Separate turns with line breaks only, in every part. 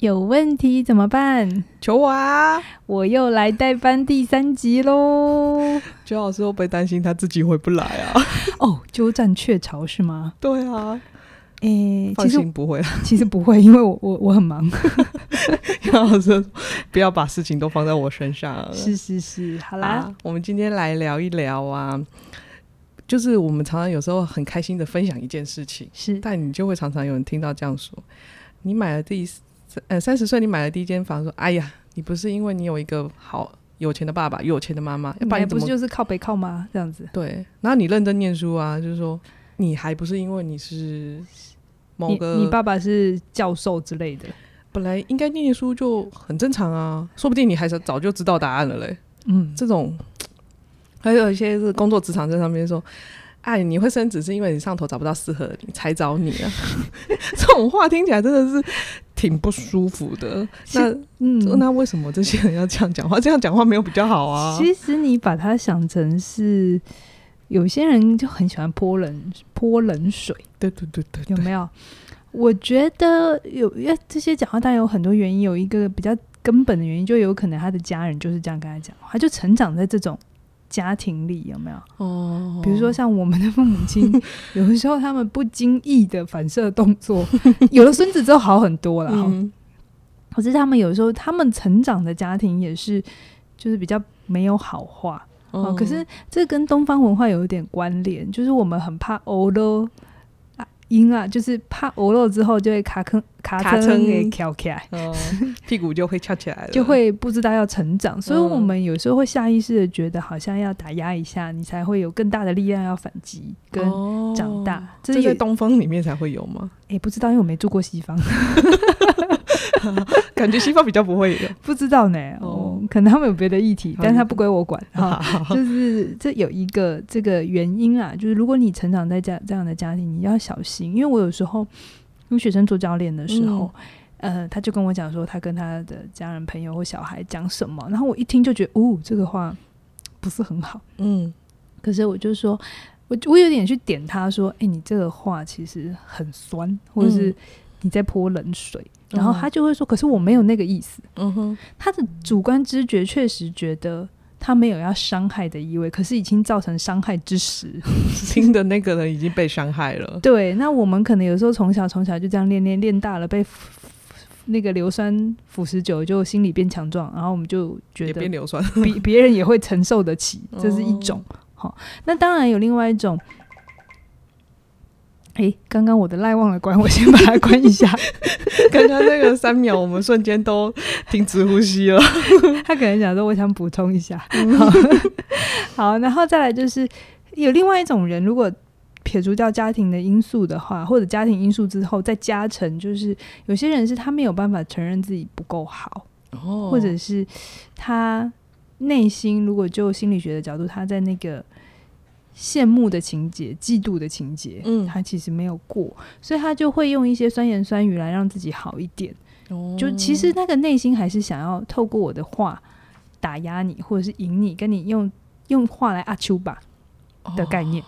有问题怎么办？
求我啊！
我又来代班第三集 喽！
九老师会不会担心他自己回不来 啊？
哦，鸠占鹊巢是吗？
对啊，
诶、
放
其实
心不会啊。
其实不会，因为我我我很忙。
九老师不要把事情都放在我身上。啊
是是是，好
好
啦，
啦，我们今天来聊一聊啊，就是我们常常有时候很开心的分享一件事情，
是
但你就会常常有人听到这样说：你买了第呃三十岁，你买了第一间房，说哎呀，你不是因为你有一个好有钱的爸爸、有钱的妈妈，要不然
买
你怎
不是
么
就是靠北靠吗？这样子，
对，然后你认真念书啊，就是说你还不是因为你是某
你
个
你爸爸是教授之类的，
本来应该念书就很正常啊，说不定你还是早就知道答案了嘞。
嗯，
这种还有一些是工作职场这上面说。哎，你会升职是因为你上头找不到适合的你才找你啊！ 这种话听起来真的是挺不舒服的。那
是嗯，
那为什么这些人要这样讲话？这样讲话没有比较好啊？
其实你把它想成是。有些人就很喜欢泼冷泼冷水，
对对对对
有
对，
没有？我觉得有，因为这些讲话当然有很多原因，有一个比较根本的原因，就有可能他的家人就是这样跟他讲话，他就成长在这种家庭里，有没有？
哦
比如说像我们的父母亲，有的时候他们不经意的反射动作，有了孙子之后好很多了、哦
嗯
可是他们有时候他们成长的家庭也是，就是比较没有好话，哦，可是这跟东方文化有一点关联，就是我们很怕欧咯啊音啊，就是怕欧咯之后就会卡坑卡
卡
坑
坑
给翘起来，
哦，屁股就会翘起来了，
就会不知道要成长，所以我
嗯
们有时候会下意识的觉得好像要打压一下，你才会有更大的力量要反击跟长大。
哦
这
这
也
在东方里面才会 有吗？
诶不知道，因为我没住过西方，
感觉西方比较不会有。
不知道呢。哦
哦，
可能他们有别的议题，
好
但是
你
他不归我管哈。
好
就是这有一个这个原因啊，就是如果你成长在家这样的家庭，你要小心，因为我有时候跟学生做教练的时
嗯
候。呃，他就跟我讲说，他跟他的家人、朋友或小孩讲什么，然后我一听就觉得，哦，这个话不是很好。
嗯，
可是我就说，我我有点去点他说，哎、你这个话其实很酸，或者是
嗯
你在泼冷水。然后他就会说，可是我没有那个意思。
嗯哼，
他的主观知觉确实觉得他没有要伤害的意味，可是已经造成伤害之 时。
听的那个人已经被伤害了。
对，那我们可能有时候从小从小就这样练练练大了，被那个硫酸腐蚀久了，就心理变强壮，然后我们就觉
也
得
变硫酸，
别别人也会承受得起，这是一
哦
种。好、那当然有另外一种。诶，刚刚我的赖忘了关，我先把它关一下。
刚刚那个三秒，我们瞬间都停止呼吸了。
他可能想说，我想补充一下。
嗯
好好，然后再来就是有另外一种人，如果撇除掉家庭的因素的话，或者家庭因素之后再加成，就是有些人是他没有办法承认自己不够好，
哦
或者是他内心如果就心理学的角度，他在那个。羡慕的情节、嫉妒的情节，
嗯
他其实没有过，所以他就会用一些酸言酸语来让自己好一点。
哦
就其实那个内心还是想要透过我的话打压你，或者是赢你，跟你用用话来阿丘吧的概念，
哦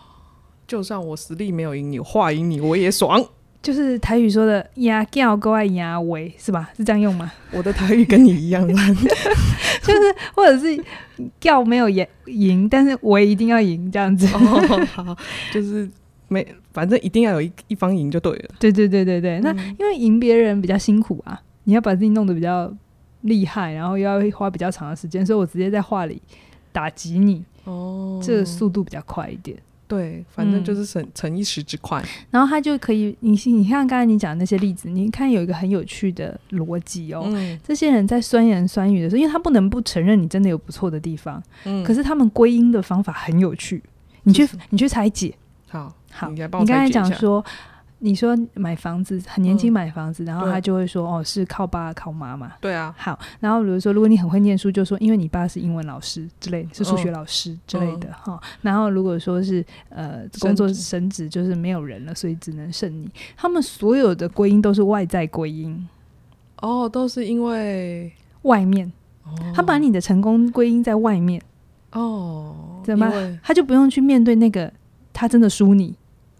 就算我实力没有赢你，话赢你我也爽。
就是台语说的“压掉够爱压尾”是吧？是这样用吗？
我的台语跟你一样烂，
就是或者是掉没有赢赢，但是我一定要赢这样子。
哦，好，就是没，反正一定要有一一方赢就对了。
对对对对对，那
嗯
因为赢别人比较辛苦啊，你要把自己弄得比较厉害，然后又要花比较长的时间，所以我直接在话里打击你，
哦
这个速度比较快一点。
对，反正
嗯
就是省乘一时之快。
然后他就可以，你你看刚才你讲的那些例子，你看有一个很有趣的逻辑哦。
嗯
这些人在酸言酸语的时候，因为他不能不承认你真的有不错的地方，
嗯
可是他们归因的方法很有趣。你去你去拆解，
好，
好，
你
你
来帮
刚
我
才
拆解一
讲
下
说，你说买房子很年轻
嗯
买房子，然后
对
他就会说哦是靠爸靠妈嘛。
对啊，
好，然后比如说，如果你很会念书，就说因为你爸是英文老师之类，是数学
嗯
老师之类的哈、然后如果说是呃
哦职
工作升职，就是没有人了，所以只能剩你。他们所有的归因都是外在归因，
哦，都是因为
外面，他把
哦
你的成功归因在外面，
哦，
怎么
因为
办？他就不用去面对那个他真的输你，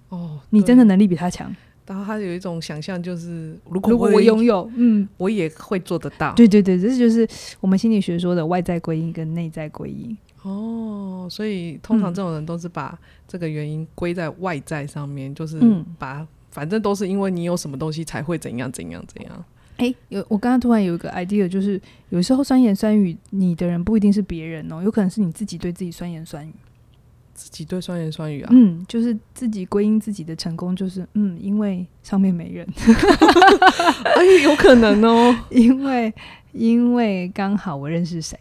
哦，
你
对
真的能力比他强，
然后他有一种想象，就是如果
如果我拥有，嗯，
我也会做得到。
对对对，这就是我们心理学说的外在归因跟内在归因。
哦，所以通常这种人都是把这个原因归在外在上面，就是
嗯
把反正都是因为你有什么东西才会怎样怎样怎样。
哎，有我刚刚突然有一个 idea，就是有时候酸言酸语你的人不一定是别人哦，有可能是你自己对自己酸言酸语。
自己对酸言酸语啊，
嗯，就是自己归因自己的成功，就是嗯，因为上面没人，
哎，有可能哦。
因为因为刚好我认识谁。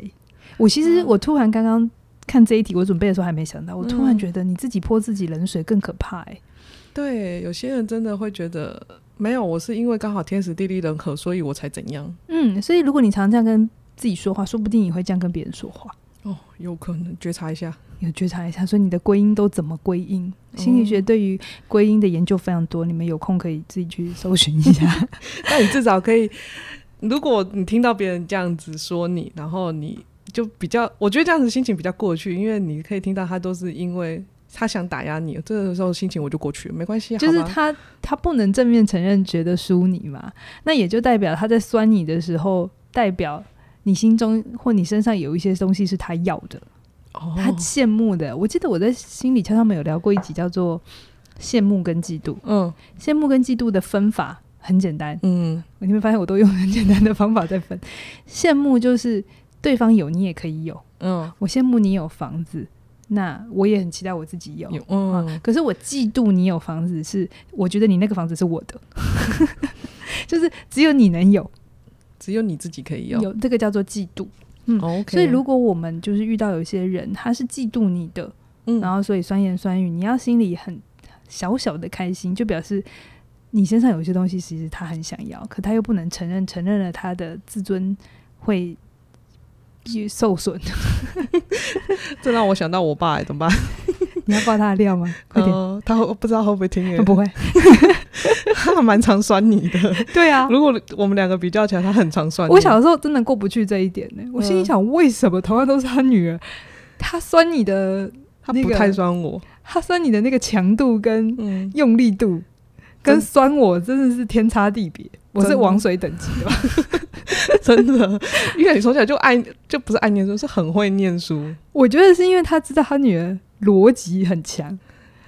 我其实
嗯
我突然刚刚看这一题，我准备的时候还没想到，我突然
嗯
觉得你自己泼自己冷水更可怕、欸。
对，有些人真的会觉得没有，我是因为刚好天时地利人和，所以我才怎样。
嗯，所以如果你常这样跟自己说话，说不定你会这样跟别人说话。
哦，有可能觉察一下。
有觉察一下，所以你的归因都怎么归因？心理学对于归因的研究非常多，你们有空可以自己去搜寻一下。
那你至少可以，如果你听到别人这样子说你，然后你就比较，我觉得这样子心情比较过去，因为你可以听到他都是因为他想打压你，这个时候心情我就过去了，没关系，
就是
好吧
他他不能正面承认觉得输你嘛，那也就代表他在酸你的时候，代表你心中或你身上有一些东西是他要的，
哦，
他羡慕的。我记得我在心理课上面有聊过一集叫做羡慕跟嫉妒，
嗯
羡慕跟嫉妒的分法很简单，
嗯
你会发现我都用很简单的方法在分。羡慕就是对方有，你也可以有。
嗯
我羡慕你有房子，那我也很期待我自己有。
有嗯
啊，可是我嫉妒你有房子是，我觉得你那个房子是我 的，就是只有你能有，
只有你自己可以有哦
有这个叫做嫉妒。
o k
所以如果我们就是遇到有一些人，他是嫉妒你的，
嗯
然后所以酸言酸语，你要心里很小小的开心，就表示你身上有一些东西，其实他很想要，可他又不能承认，承认了他的自尊会受 损。
这让我想到我爸、欸，怎么办？
你要爆他的料吗？快点，
呃他会不知道会不会听、欸，
他不会。
他蛮常酸你的。
对 啊，
如果我们两个比较起来，他很常酸你。
我小时候真的过不去这一点呢、我心里
嗯
想，为什么同样都是他女儿，他酸你的，
他
那
不
个
太酸我，
他酸你的那个强度跟
嗯，
用力度，跟酸我真的是天差地别。我是
真的
王水等级的吧？
真的，因为你从小就爱，就不是爱念书，是很会念书。
我觉得是因为他知道他女儿逻辑很 强，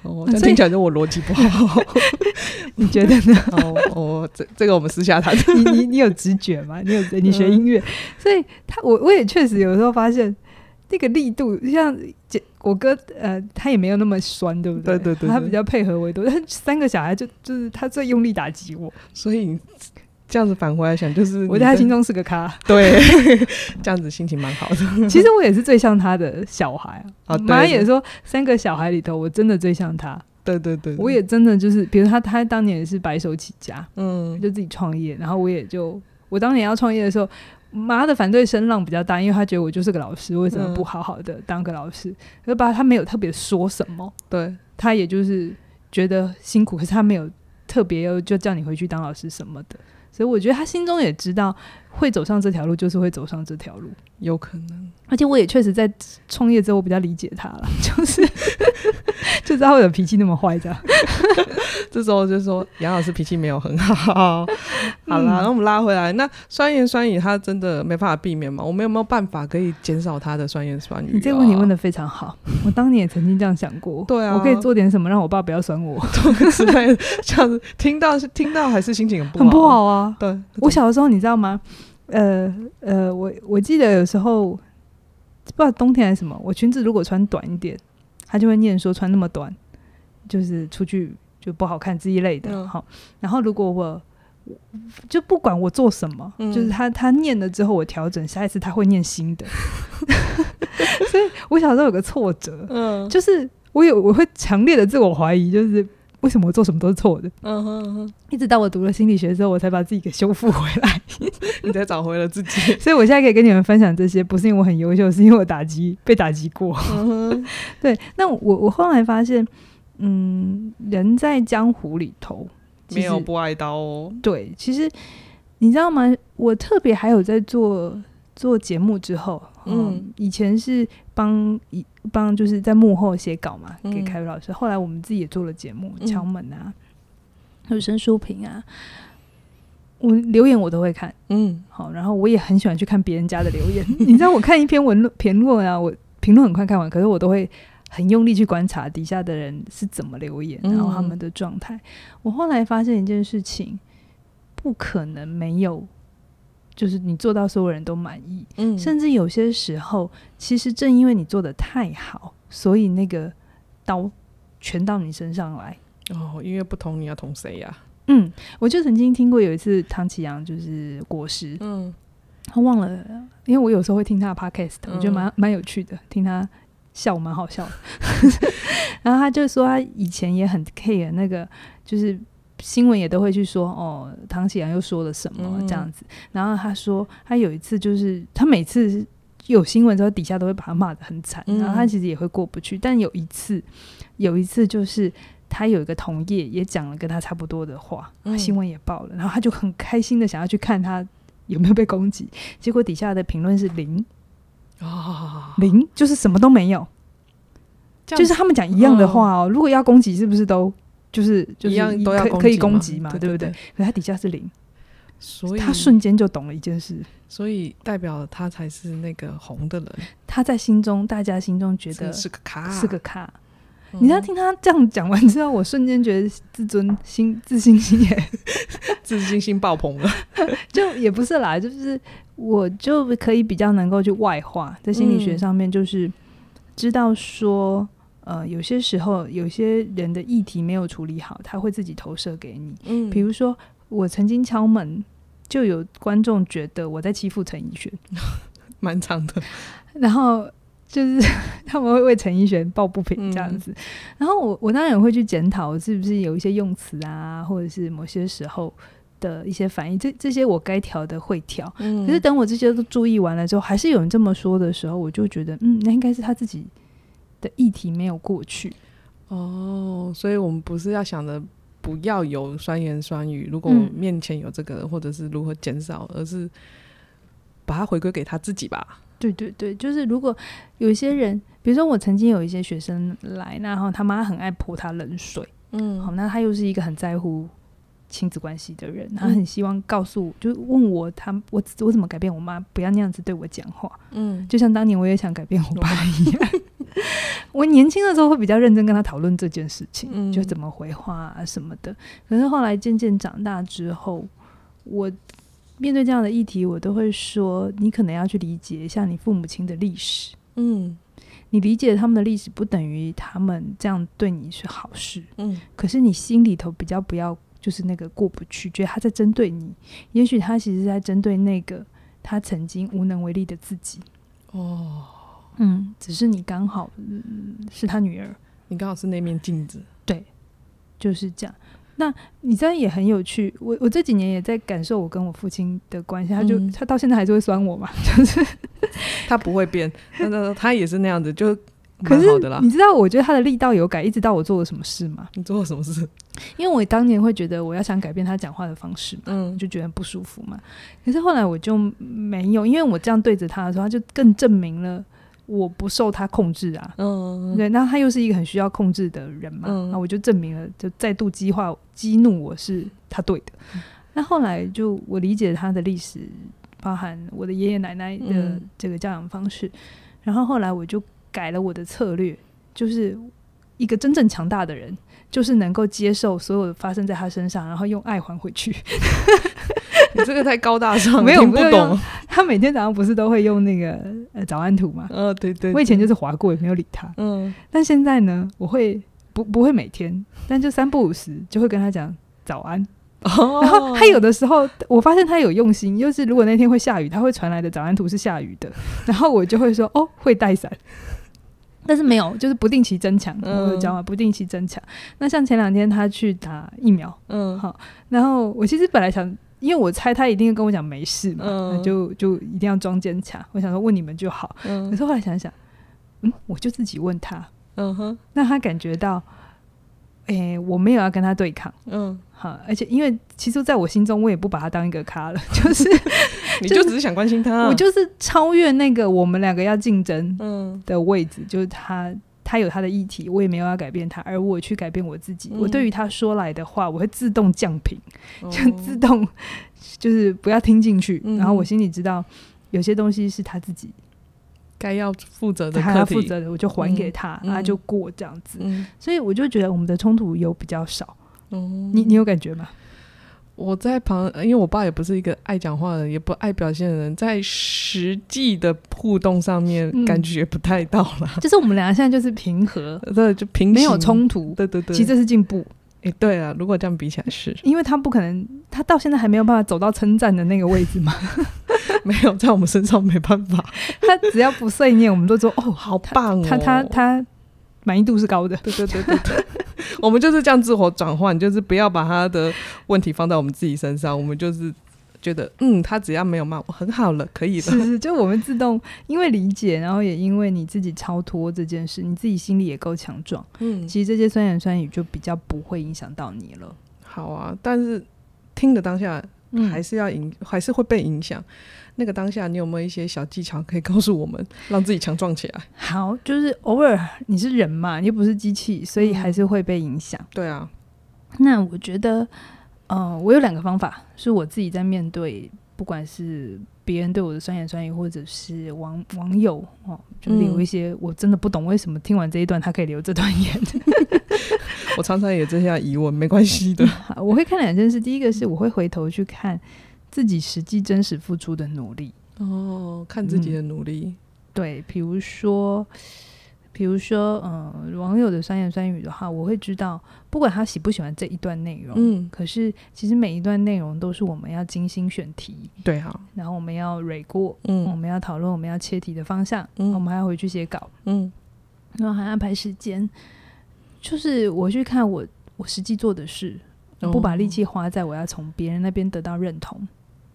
哦，
啊
这
所
样
以
听起来就我逻辑不 好。
你觉得呢？
哦哦，这这个我们私下谈。
你你你有直觉吗？你有你学音
嗯
乐，所以他我我也确实有时候发现那个力度，像姐我哥呃，他也没有那么酸，对不对
对对对对
他比较配合维多，但三个小孩就就是他最用力打击我，
所以你这样子返回来想，就是
我在他心
中
中是个咖。
对，这样子心情蛮好的。
其实我也是最像他的小 孩啊
啊对
妈也说三个小孩里头，我真的最像他，
对对对，对
我也真的就是，比如他他当年也是白手起家，
嗯，
就自己创业，然后我也就我当年要创业的时候，妈的反对声浪比较大，因为他觉得我就是个老师，为什么不好好的当个老师？可是爸他没有特别说什么，
对，
他也就是觉得辛苦，可是他没有特别又就叫你回去当老师什么的，所以我觉得他心中也知道会走上这条路就是会走上这条路。
有可能。
而且我也确实在创业之后，我比较理解他了， 就是就知道我的脾气那么坏这样。
哎这时候就说杨老师脾气没有很好。
嗯
好啦，那我们拉回来，那酸言酸语他真的没办法避免嘛？我们有没有办法可以减少他的酸言酸语、啊
你这个问题问
的
的非常好，我当年也曾经这样想过。
对啊
我可以做点什么让我爸不要酸我，
之类的，这样子听到听到还是心情很不好，
很不。好啊。
对，
我小的时候你知道吗？呃呃，我我记得有时候不知道冬天还是什么，我裙子如果穿短一点，他就会念说穿那么短就是出去就不好看这一类的。
嗯
好、然后如果我就不管我做什么，
嗯
就是他他念了之后我调整，下一次他会念新的。 所以我小时候有个挫折，
嗯，
就是我有我会强烈的自我怀疑，就是为什么我做什么都是错的。
嗯哼嗯哼，
一直到我读了心理学之后，我才把自己给修复回来。
你才找回了自己。
所以我现在可以跟你们分享这些，不是因为我很优秀，是因为我打击被打击过。
嗯哼，
对，那我我后来发现，嗯，人在江湖里头， 其实
没有不挨刀哦。
对，其实你知道吗？我特别还有在做做节目之后，嗯，
嗯
以前是帮一帮就是在幕后写稿嘛，给
嗯
凯宇老师。后来我们自己也做了节目，
嗯
敲门啊，有声书评啊，我留言我都会看。
嗯，
好，然后我也很喜欢去看别人家的留言。 你知道，我看一篇文论评论啊，我评论很快看完，可是我都会很用力去观察底下的人是怎么留言，然后他们的状态。我后来发现一件事情，不可能没有，就是你做到所有人都满意，
嗯
甚至有些时候，其实正因为你做的太好，所以那个刀全到你身上来。
哦，因为不同你要同谁啊呀？
嗯，我就曾经听过有一次唐启阳就是国师，
嗯
他忘了，因为我有时候会听他的 podcast，、
嗯
我觉得蛮蛮有趣的，听他笑蛮好 笑的。然后他就说他以前也很 care 那个，就是新闻也都会去说哦，唐启阳又说了什么
嗯
这样子。然后他说他有一次就是他每次有新闻之后底下都会把他骂得很惨，
嗯
然后他其实也会过不去。但有一次，有一次就是。他有一个同业也讲了跟他差不多的话，
嗯
新闻也报了，然后他就很开心的想要去看他有没有被攻击，结果底下的评论是零
啊，
零，就是什么都没有，
这样嗯
就是他们讲一样的话哦。如果要攻击，是不是都就是就是
一样都要
可以可以
攻
攻
击
击
嘛
嘛，
对
对不
对
对？可他底下是零，
所以
他瞬间就懂了一件事，
所以代表他才是那个红的人，
他在心中大家心中觉
真
得
的是个咖，
是个咖。
嗯
你知道听他这样讲完之后，我瞬间觉得自尊心、 自信心也
自信心爆棚了。
就也不是啦，就是我就可以比较能够去外化，在心理学上面就是知道说，呃，有些时候有些人的议题没有处理好，他会自己投射给你。
嗯
比如说，我曾经敲门，就有观众觉得我在欺负陈奕迅，
蛮长的，
然后。就是 他们会为陈奕迅抱不平这样子，然后我我当然也会去检讨是不是有一些用词啊，或者是某些时候的一些反应，这这些我该调的会调，
嗯
可是等我这些都注意完了之后，还是有人这么说的时候，我就觉得，嗯，那应该是他自己的议题没有过去。
哦，所以我们不是要想着不要有酸言酸语，如果我
嗯
面前有这个，或者是如何减少，而是把它回归给他自己吧。
对对对，就是如果有一些人，比如说我曾经有一些学生来，那然后他妈很爱泼他冷水，好，
嗯，
那他又是一个很在乎亲子关系的人，他
嗯
很希望告诉我，就是问我他我我怎么改变我妈不要那样子对我讲话，
嗯，
就像当年我也想改变我爸一样。 我年轻的时候会比较认真跟他讨论这件事情，
嗯
就怎么回话啊什么的。可是后来渐渐长大之后，我面对这样的议题，我都会说，你可能要去理解一下你父母亲的历史。
嗯
你理解他们的历史，不等于他们这样对你是好事。
嗯
可是你心里头比较不要，就是那个过不去，觉得他在针对你。也许他其实在针对那个他曾经无能为力的自己。
哦，
嗯，只是你刚好、嗯、是他女儿，
你刚好是那面镜子。
就是这样。那你这样也很有趣。我我这几年也在感受我跟我父亲的关系，他就、
嗯
他到现在还是会酸我嘛。
他不会变，那那他也是那样子，就
可
蛮
是
好的啦。
你知道，我觉得他的力道有改，一直到我做了什么事吗？
你做了什么事？
因为我当年会觉得我要想改变他讲话的方式嘛，我
嗯，
就觉得很不舒服嘛。可是后来我就没有，因为我这样对着他的时候，他就更证明了我不受他控制啊。
嗯，
对，那他又是一个很需要控制的人嘛，
嗯
那我就证明了，就再度激化激怒我是他对的。
嗯
那后来就我理解他的历史，包含我的爷爷奶奶的
嗯
这个教养方式，然后后来我就改了我的策略，就是一个真正强大的人，就是能够接受所有发生在他身上，然后用爱还回去。
你这个太高大上了，
没有
听不
没有
懂。
他每天早上不是都会用那个呃早安图嘛？
嗯，对对，
我以前
对
就是划过，也没有理他。
嗯，
但现在呢，我会不不会每天，但就三不五时就会跟他讲早安。
哦，
然后他有的时候，我发现他有用心，就是如果那天会下雨，他会传来的早安图是下雨的，然后我就会说哦会带伞。但是没有，就是不定期增强，
嗯
我有讲嘛，不定期增强。那像前两天他去打疫苗，
嗯，
好然后我其实本来想，因为我猜他一定会跟我讲没事嘛，
嗯
那就就一定要装坚强。我想说问你们就好，可
嗯
是后来想想，嗯，我就自己问他，
嗯哼，
让他感觉到，诶、我没有要跟他对抗，
嗯，
哈，而且因为其实在我心中，我也不把他当一个咖了，就是
你
就
就只是想关心他，
我就是超越那个我们两个要竞争
嗯
的位置，就是他他有他的议题，我也没有要改变他，而我去改变我自己。
嗯
我对于他说来的话，我会自动降频，
哦
就自动就是不要听进去。
嗯
然后我心里知道，有些东西是他自己
该要负责的
他要
课题，
负责的，我就还给他，
嗯
他就过这样子。
嗯，
所以我就觉得我们的冲突有比较少。
哦
你你有感觉吗？
我在旁，呃因为我爸也不是一个爱讲话的人，也不爱表现的人，在实际的互动上面
嗯
感觉不太到了，
就是我们俩现在就是平和，
对，就平行
没有，冲突。
对对对，
其实这是进步，
哎，对啊，如果这样比起来是
因为他不可能，他到现在还没有办法走到称赞的那个位置 嘛。
没有在我们身上没办 法，
他只要不碎念，我们都说哦，
好棒哦，
他他他满意度是高的。
对对对对对， 我们就是这样自我转换，就是不要把他的问题放在我们自己身上，我们就是觉得，嗯，他只要没有骂我，很好了，可以了。
是是，就我们自动因为理解，然后也因为你自己超脱这件事，你自己心里也够强壮，
嗯，
其实这些酸言酸语就比较不会影响到你了。
好啊，但是听的当下
嗯
还是要影，还是会被影响。那个当下，你有没有一些小技巧可以告诉我们，让自己强壮起来？
好，就是偶尔你是人嘛，你又不是机器，所以还是会被影响。
对啊，
那我觉得，呃，我有两个方法，是我自己在面对，不管是别人对我的酸言酸语，或者是网网友哦，就是有一些、我真的不懂为什么听完这一段他可以留这段言。
我常常也这样疑问，没关系的。
好我会看两件事，第一个是我会回头去看自己实际真实付出的努力，
哦，看自己的努力，
对，比如说，比如说，嗯、网友的酸言酸语的话，我会知道，不管他喜不喜欢这一段内容，
嗯，
可是其实每一段内容都是我们要精心选题，
对啊，
然后我们要蕊过，我
嗯
们要讨论，我们要切题的方向，
嗯
我们还要回去写稿，
嗯
然后还要安排时间，就是我去看我我实际做的事。
哦
我不把力气花在我要从别人那边得到认同，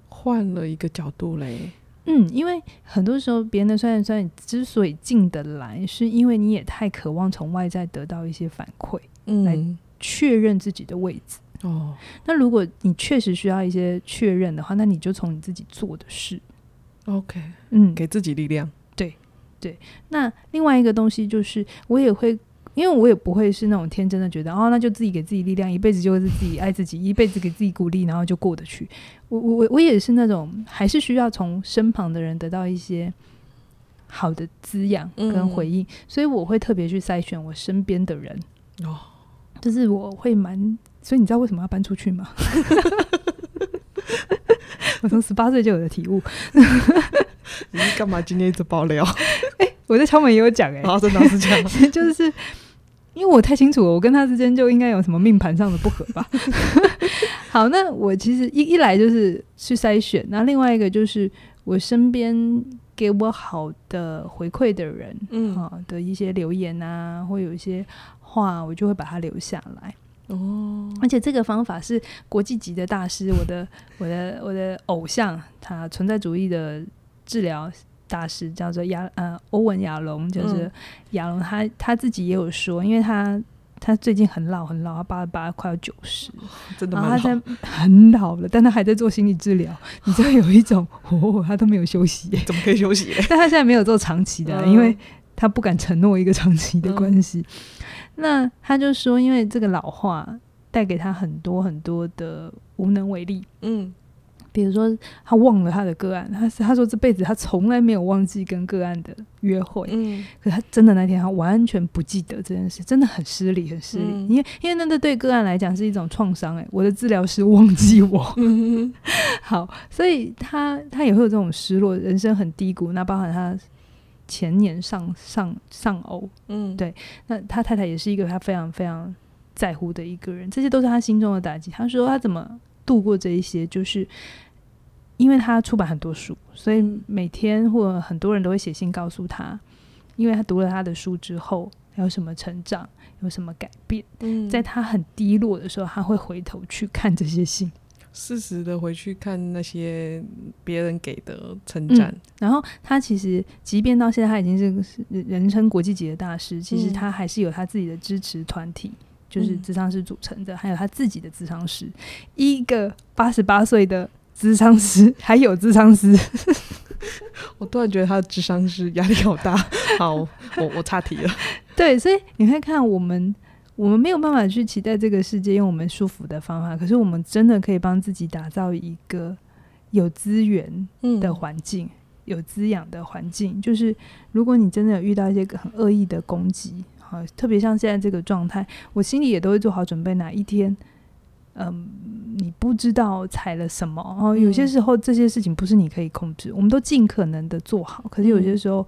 换了一个角度嘞，
嗯，因为很多时候别人的酸言酸语之所以进得来，是因为你也太渴望从外在得到一些反馈，
嗯，
确认自己的位置。
哦，
那如果你确实需要一些确认的话，那你就从你自己做的事。
OK，
嗯，
给自己力量。
那另外一个东西就是，我也会，因为我也不会是那种天真的觉得，哦，那就自己给自己力量，一辈子就是自己爱自己，一辈子给自己鼓励，然后就过得去。我我我我也是那种，还是需要从身旁的人得到一些好的滋养跟回应，所以我会特别去筛选我身边的人。
哦，
就是我会蛮，所以你知道为什么要搬出去吗？ 我从十八岁就有的体悟，
你干嘛今天一直爆 料？
我在敲门也有讲哎、
然后真的是这 样，
就是因为我太清楚了，我跟他之间就应该有什么命盘上的不合吧。 好，那我其实一一来就是去筛选，那另外一个就是我身边给我好的回馈的人，
嗯
啊的一些留言啊，或有一些话，我就会把它留下来。
哦，
而且这个方法是国际级的大师，我的我的我的偶像，他存在主义的治疗大师叫做亚呃欧文亚龙，就是
嗯
亚龙他他自己也有说，因为他他最近很老很老，他八十八快要九十，
真的
然后他
蛮好。
在 很老了，但他还在做心理治疗，你知道有一种哦，他都没有休息耶，
怎么可以休息、
但他现在没有做长期的，啊
嗯
因为他不敢承诺一个长期的关系。那他就说，因为这个老化带给他很多很多的无能为力。
嗯，
比如说，他忘了他的个案，他他说这辈子他从来没有忘记跟个案的约会，
嗯，
可他真的那天他完全不记得这件事，真的很失礼，很失礼。
嗯
因为因为那个对个案来讲是一种创伤，哎，我的治疗师忘记我，
嗯，
好，所以他他也会有这种失落，人生很低谷。那包含他前年上上上偶，
嗯，
对那他太太也是一个他非常非常在乎的一个人，这些都是他心中的打击。他说他怎么度过这一些，就是因为他出版很多书，所以每天或者很多人都会写信告诉他，因为他读了他的书之后有什么成长，有什么改变。
嗯
在他很低落的时候，他会回头去看这些信。
适时的回去看那些别人给的称赞，
然后他其实，即便到现在他已经是个是人人称国际级的大师，其实
嗯
他还是有他自己的支持团体，就是咨商师组成的，还有他自己的咨商师， 一个八十八岁的咨商师，还有咨商师，
我突然觉得他的智商是压力好 大。好，我我岔题了。
对，所以你会看我们，我们没有办法去期待这个世界用我们舒服的方法，可是我们真的可以帮自己打造一个有资源
嗯
的环境，有滋养的环境。就是如果你真的有遇到一些很恶意的攻击，好，特别像现在这个状态，我心里也都会做好准备，哪一天。嗯，你不知道踩了什么，然后有些
嗯
时候这些事情不是你可以控制，我们都尽可能的做好。可是有些
嗯
时候，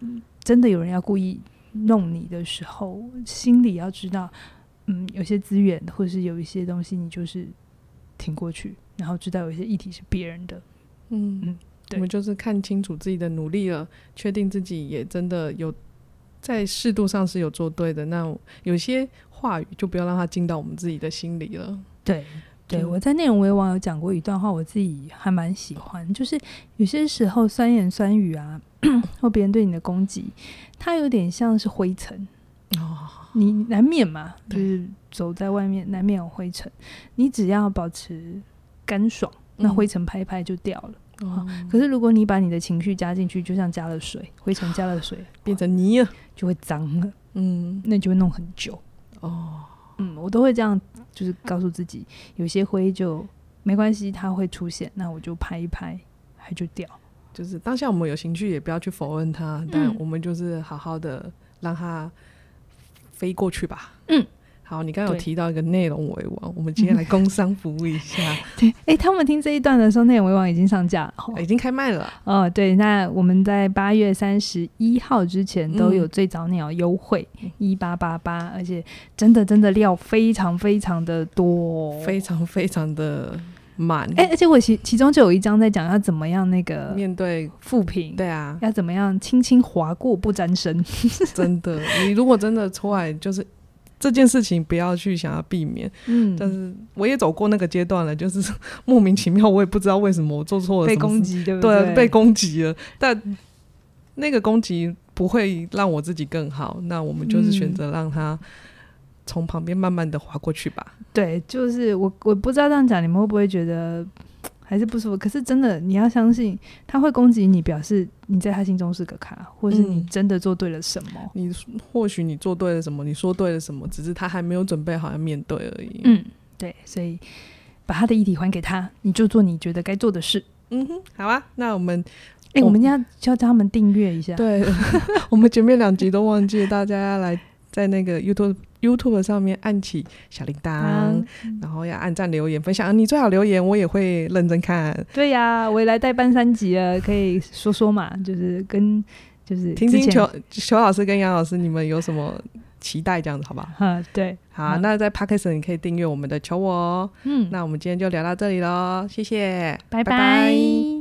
嗯真的有人要故意弄你的时候，心里要知道，嗯，有些资源或是有一些东西，你就是挺过去，然后知道有一些议题是别人的，
嗯
嗯，
我
对
们就是看清楚自己的努力了，确定自己也真的有在适度上是有做对的。那有些话语就不要让它进到我们自己的心里了。
对，对，
就
我在内容为王有讲过一段话，我自己还蛮喜欢，就是有些时候酸言酸语啊， 或别人对你的攻击，它有点像是灰尘，
哦，
你难免嘛，就
对
是走在外面难免有灰尘，你只要保持干爽，那
嗯
灰尘拍一拍就掉了。
哦
可是如果你把你的情绪加进去，就像加了水，灰尘加了水，
变成泥了。
就会脏了，
嗯，
那就会弄很久。
哦，
嗯，我都会这样，就是告诉自己，有些灰就没关系，它会出现，那我就拍一拍，它就掉。
就是当下我们有情绪，也不要去否认它，但
嗯
我们就是好好的让它飞过去吧。
嗯。
好，你刚刚有
对
提到一个内容为王，我们今天来工商服务 一下，
对，哎，他们听这一段的时候，内容为王已经上架了哦。
已经开卖了。
哦，对，那我们在八月三十一号之前都有
嗯
最早鸟优惠
嗯
一八八八，而且真的真的料非常非常的多、哦，
非常非常的满。
哎，而且我其其中就有一章在讲要怎么样那个
面对
复评，，
对啊
要怎么样轻轻划过不沾身。
真的，你如果真的出来，就是这件事情不要去想要避免。
嗯，
但是我也走过那个阶段了，就是 莫名其妙，我也不知道为什么我做错了
被
什么
攻
事，
击，对不
对啊
对，
被攻击了。但那个攻击不会让我自己更好，那我
嗯
们就是选择让它从旁边慢慢的划过去吧。
对，就是我我不知道这样讲你们会不会觉得还是不舒服？可是真的，你要相信他会攻击你，表示你在他心中是个咖，或是你
嗯
真的做对了什么。
你或许你做对了什么，你说对了什么，只是他还没有准备好要面对而已。
嗯，对，所以把他的议题还给他，你就做你觉得该做的事。
嗯哼，好啊，那我们
哎、
我
我们要叫他们订阅一下。
对， 我们前面两集都忘记大家要来在那个 YouTube YouTube 上面按起小铃铛，
啊，
然后要按赞、留言、分享。你最好留言，我也会认真看，
对呀、我也来代班三级了，可以说说嘛，就是跟就是
听
之
听
前
裘裘老师跟杨老师你们有什么期待，这样子好不好？
啊，对，
好啊，
嗯
那在 p a c k e t 你可以订阅我们的求我哦。
嗯，
那我们今天就聊到这里喽，谢谢，
拜拜